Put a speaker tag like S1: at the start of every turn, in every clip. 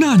S1: 大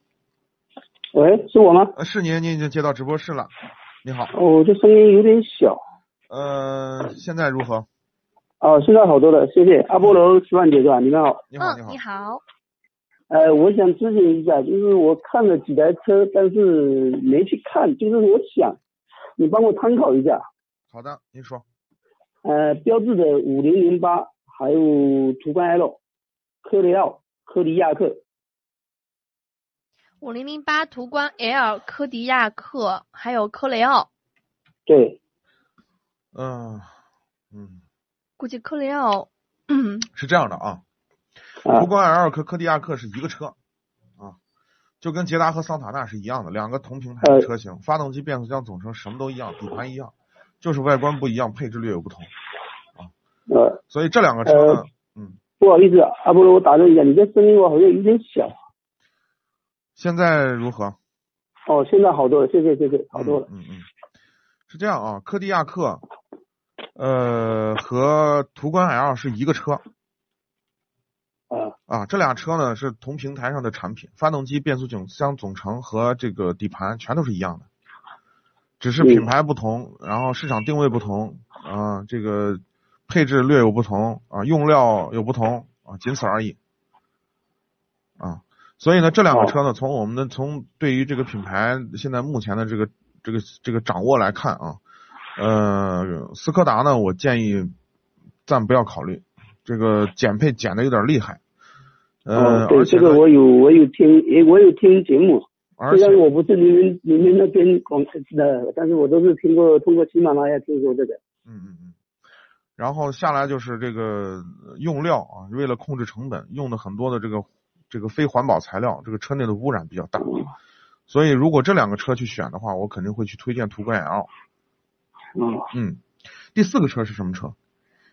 S2: 喂，是我吗？
S3: 呃，是您，您已经接到直播室了。你好，
S2: 哦，这声音有点小。
S3: 呃，现在如何？
S2: 哦，现在好多了，谢谢。阿波罗十万姐是吧？你们好。
S3: 你好，你
S4: 嗯，
S3: 好
S4: 你，好，
S2: 呃，我想咨询一下，就是我看了几台车，但是没去看，就是我想你帮我参考一下。
S3: 好的，您说。
S2: 呃，标致的五零零八，还有途观 L、科雷傲、科迪亚克，
S4: 五零零八途观 L、科迪亚克还有科雷傲，
S2: 对，
S3: 嗯、嗯，
S4: 估计科雷傲，嗯，
S3: 是这样的啊，
S2: 啊
S3: 途观 L 和柯迪亚克是一个车啊，就跟捷达和桑塔纳是一样的，两个同平台的车型，发动机、变速箱总成什么都一样，底盘一样，就是外观不一样，配置略有不同。
S2: 呃，
S3: 所以这两个车呢，嗯，
S2: 不好意思，阿波罗，我打断一下，你这声音我好像有点小。
S3: 现在如何？
S2: 哦，现在好多了，谢谢谢谢，好多了。
S3: 嗯嗯嗯，是这样啊，柯迪亚克，呃，和途观 L 是一个车
S2: 啊，
S3: 啊，这俩车呢是同平台上的产品，发动机、变速箱总成和这个底盘全都是一样的，只是品牌不同，然后市场定位不同啊，这个配置略有不同啊，用料有不同啊，仅此而已啊。所以呢，这两个车呢，从我们的从对于这个品牌现在目前的这个这个这个掌握来看啊，呃，斯柯达呢，我建议暂不要考虑，这个减配减的有点厉害，呃，
S2: 哦，对，
S3: 而且
S2: 这
S3: 呢
S2: 个我有我有听，也我有听节目。
S3: 而
S2: 虽
S3: 且
S2: 然我不是你们你们那边广的，但是我都是听过通过喜马拉雅听说这个。
S3: 嗯嗯嗯，然后下来就是这个呃用料啊，为了控制成本，用的很多的这个这个非环保材料，这个车内的污染比较大。
S2: 嗯
S3: 所以如果这两个车去选的话，我肯定会去推荐途观 L。
S2: 嗯，
S3: 嗯，第四个车是什么车？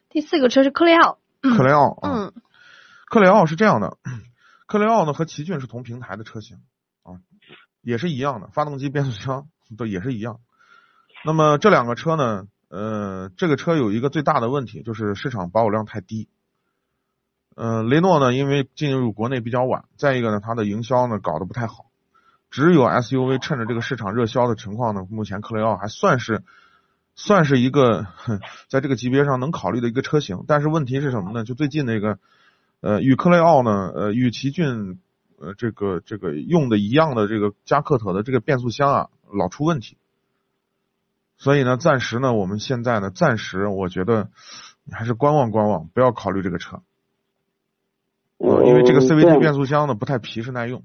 S4: 第四个车是科雷傲，
S3: 克雷奥啊，
S4: 嗯，
S3: 克雷奥是这样的， 克雷奥呢和奇骏是同平台的车型啊，也是一样的，发动机、变速箱都也是一样。那么这两个车呢，呃，这个车有一个最大的问题就是市场保有量太低。呃，雷诺呢，因为进入国内比较晚，再一个呢，它的营销呢搞得不太好，只有 SUV 趁着这个市场热销的情况呢，目前克雷奥还算是算是一个 哼在这个级别上能考虑的一个车型。但是问题是什么呢？就最近那个呃，与克雷奥呢，呃，与奇骏呃这个这个用的一样的这个加克特的这个变速箱啊，老出问题。所以呢，暂时呢，我们现在呢，暂时我觉得你还是观望观望，不要考虑这个车。
S2: 嗯
S3: 呃，因为这个 CVT 变
S2: 速。
S3: 速箱呢不太皮实耐用。
S2: 哦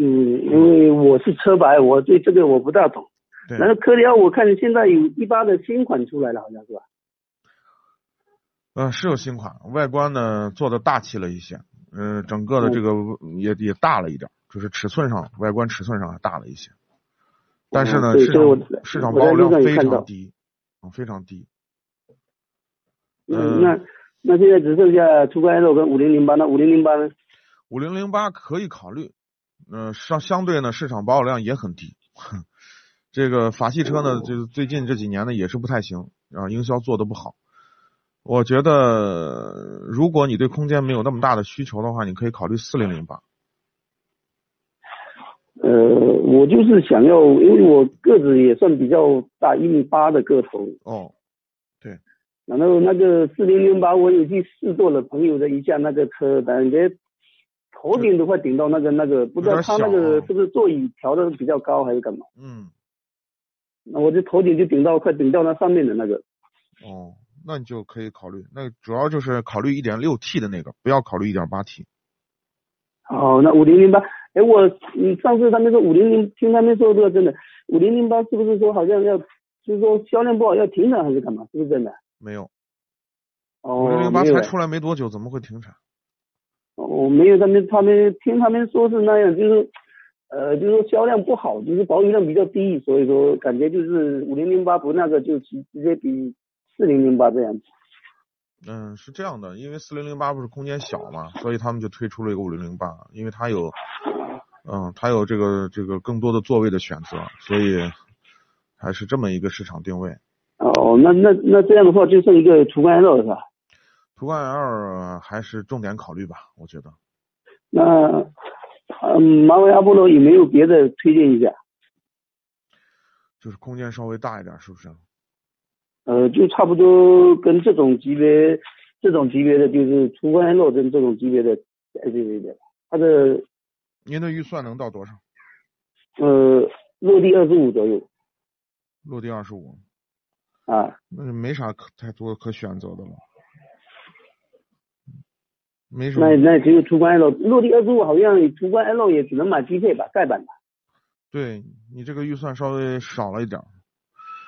S2: 嗯，因为我是车白，我对这个我不大懂。
S3: 对，
S2: 然后科雷傲，我看现在有一八的新款出来了，好像是吧？
S3: 呃，是有新款，外观呢做的大气了一些，呃，整个
S2: 哦
S3: 的这个也也大了一点，就是尺寸上外观尺寸上还大了一些。但是呢，
S2: 哦对
S3: 市
S2: 这我
S3: 场市场
S2: 我
S3: 保
S2: 在
S3: 有量
S2: 路上也
S3: 非
S2: 看
S3: 常
S2: 到
S3: 低，啊非常低。
S2: 嗯，
S3: 嗯
S2: 那那现在只剩下途观 L 跟五零零八，那五零零八呢？
S3: 五零零八可以考虑，嗯、相相对呢市场保有量也很低。 这个法系车
S2: 哦
S3: 呢，就是最近这几年呢也是不太行啊，营销做的不好。我觉得呃如果你对空间没有那么大的需求的话，你可以考虑四零零八。
S2: 呃，我就是想要，因为我个子也算比较大，一米八的个头，
S3: 哦，
S2: 然后那个四零零八，我有去试坐了朋友的一架那个车，感觉头顶都快顶到那个那个，不知道他那
S3: 有点
S2: 个
S3: 小啊
S2: 是不是座椅调的比较高还是干嘛？
S3: 嗯，
S2: 那我这头顶就顶到快顶到那上面的那个。
S3: 哦，那你就可以考虑。那主要就是考虑一点六 T 的那个，不要考虑一点八 T。
S2: 哦，那五零零八，哎，我嗯上次他们说五零零，听他们说这个真的，五零零八是不是说好像要，就是说销量不好要停产还是干嘛？是不是真的？
S3: 没有，
S2: 哦，
S3: 五零零八
S2: 没有
S3: 才
S2: 哎
S3: 出来没多久，怎么会停产？
S2: 我没有，他们他们听他们说是那样，就是呃，就是说销量不好，就是保有量比较低，所以说感觉就是五零零八不那个就直直接比四零零八这样。
S3: 嗯，是这样的，因为四零零八不是空间小嘛，所以他们就推出了一个五零零八，因为它有，嗯，它有这个这个更多的座位的选择，所以还是这么一个市场定位。
S2: 哦，那那那这样的话就剩一个途观 L 是吧？
S3: 途观 L 还是重点考虑吧，我觉得。
S2: 那嗯，马维阿波罗有没有别的推荐一下？
S3: 就是空间稍微大一点，是不是？
S2: 呃，就差不多跟这种级别、这种级别的，就是途观 L 跟这种级别的哎 SUV 的，它的
S3: 您的预算能到多少？
S2: 呃落地二十五左右
S3: 落地二十五，
S2: 啊。
S3: 那就没啥可太多可选择的了，没什么
S2: 那。那只有途观 L，落地二十五好像途观 L 也只能买低配吧，盖板吧。
S3: 对你这个预算稍微少了一点儿，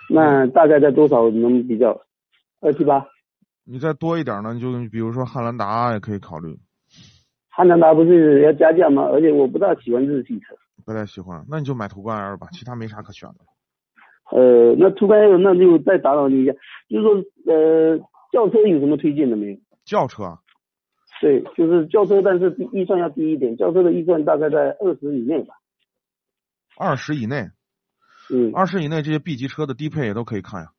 S2: 那大概在多少能比较？二七八，
S3: 你再多一点儿呢，你就比如说汉兰达也可以考虑，
S2: 汉兰达不是要加价吗？而且我不大喜欢日系车。
S3: 不太喜欢，那你就买途观 L 吧，其他没啥可选的。
S2: 呃，那途观 L 那就再打扰你一下，就是说呃，轿车有什么推荐的没有？
S3: 轿车啊，
S2: 对，就是轿车，但是预算要低一点，轿车的预算大概在二十以内吧。
S3: 二十以内，
S2: 嗯
S3: 二十以内这些 B 级车的低配也都可以看呀。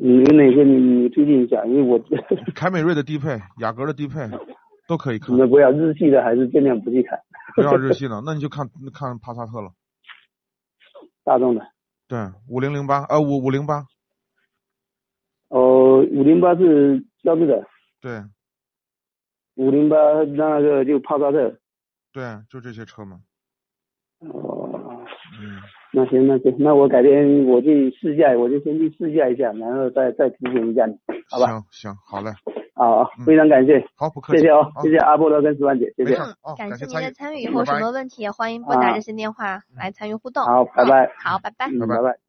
S2: 嗯，有哪个你你推荐一下？因为我
S3: 凯美瑞的低配、雅阁的低配都可以看
S2: 你，们不要日系的，还是尽量不去看
S3: 不要日系的，那你就看看帕萨特了。
S2: 大众的。
S3: 对，五零零八，呃，五五零八，
S2: 哦，五零八是标志的，
S3: 对
S2: 五零八那个就帕萨特。
S3: 对，就这些车嘛。
S2: 哦，
S3: 嗯，
S2: 那行那行，那我改天我去试驾，我就先去试驾一下，然后再再提醒一下你，好吧？
S3: 行行，好嘞，
S2: 啊，
S3: 嗯
S2: 非常感谢，
S3: 好，不客
S2: 谢
S3: 气，
S2: 谢哦，
S3: 好
S2: 谢谢阿波罗跟十万姐，谢
S3: 没
S2: 谢
S3: 事。儿哦，
S4: 嗯感
S3: 谢啊
S4: 您的
S3: 参
S4: 参与，以后
S3: 拜
S4: 什
S3: 拜
S4: 么问题也欢迎拨打热线电话来参与互动。
S2: 好拜拜
S4: 嗯好，拜拜。
S2: 嗯，
S3: 拜拜
S2: 拜拜。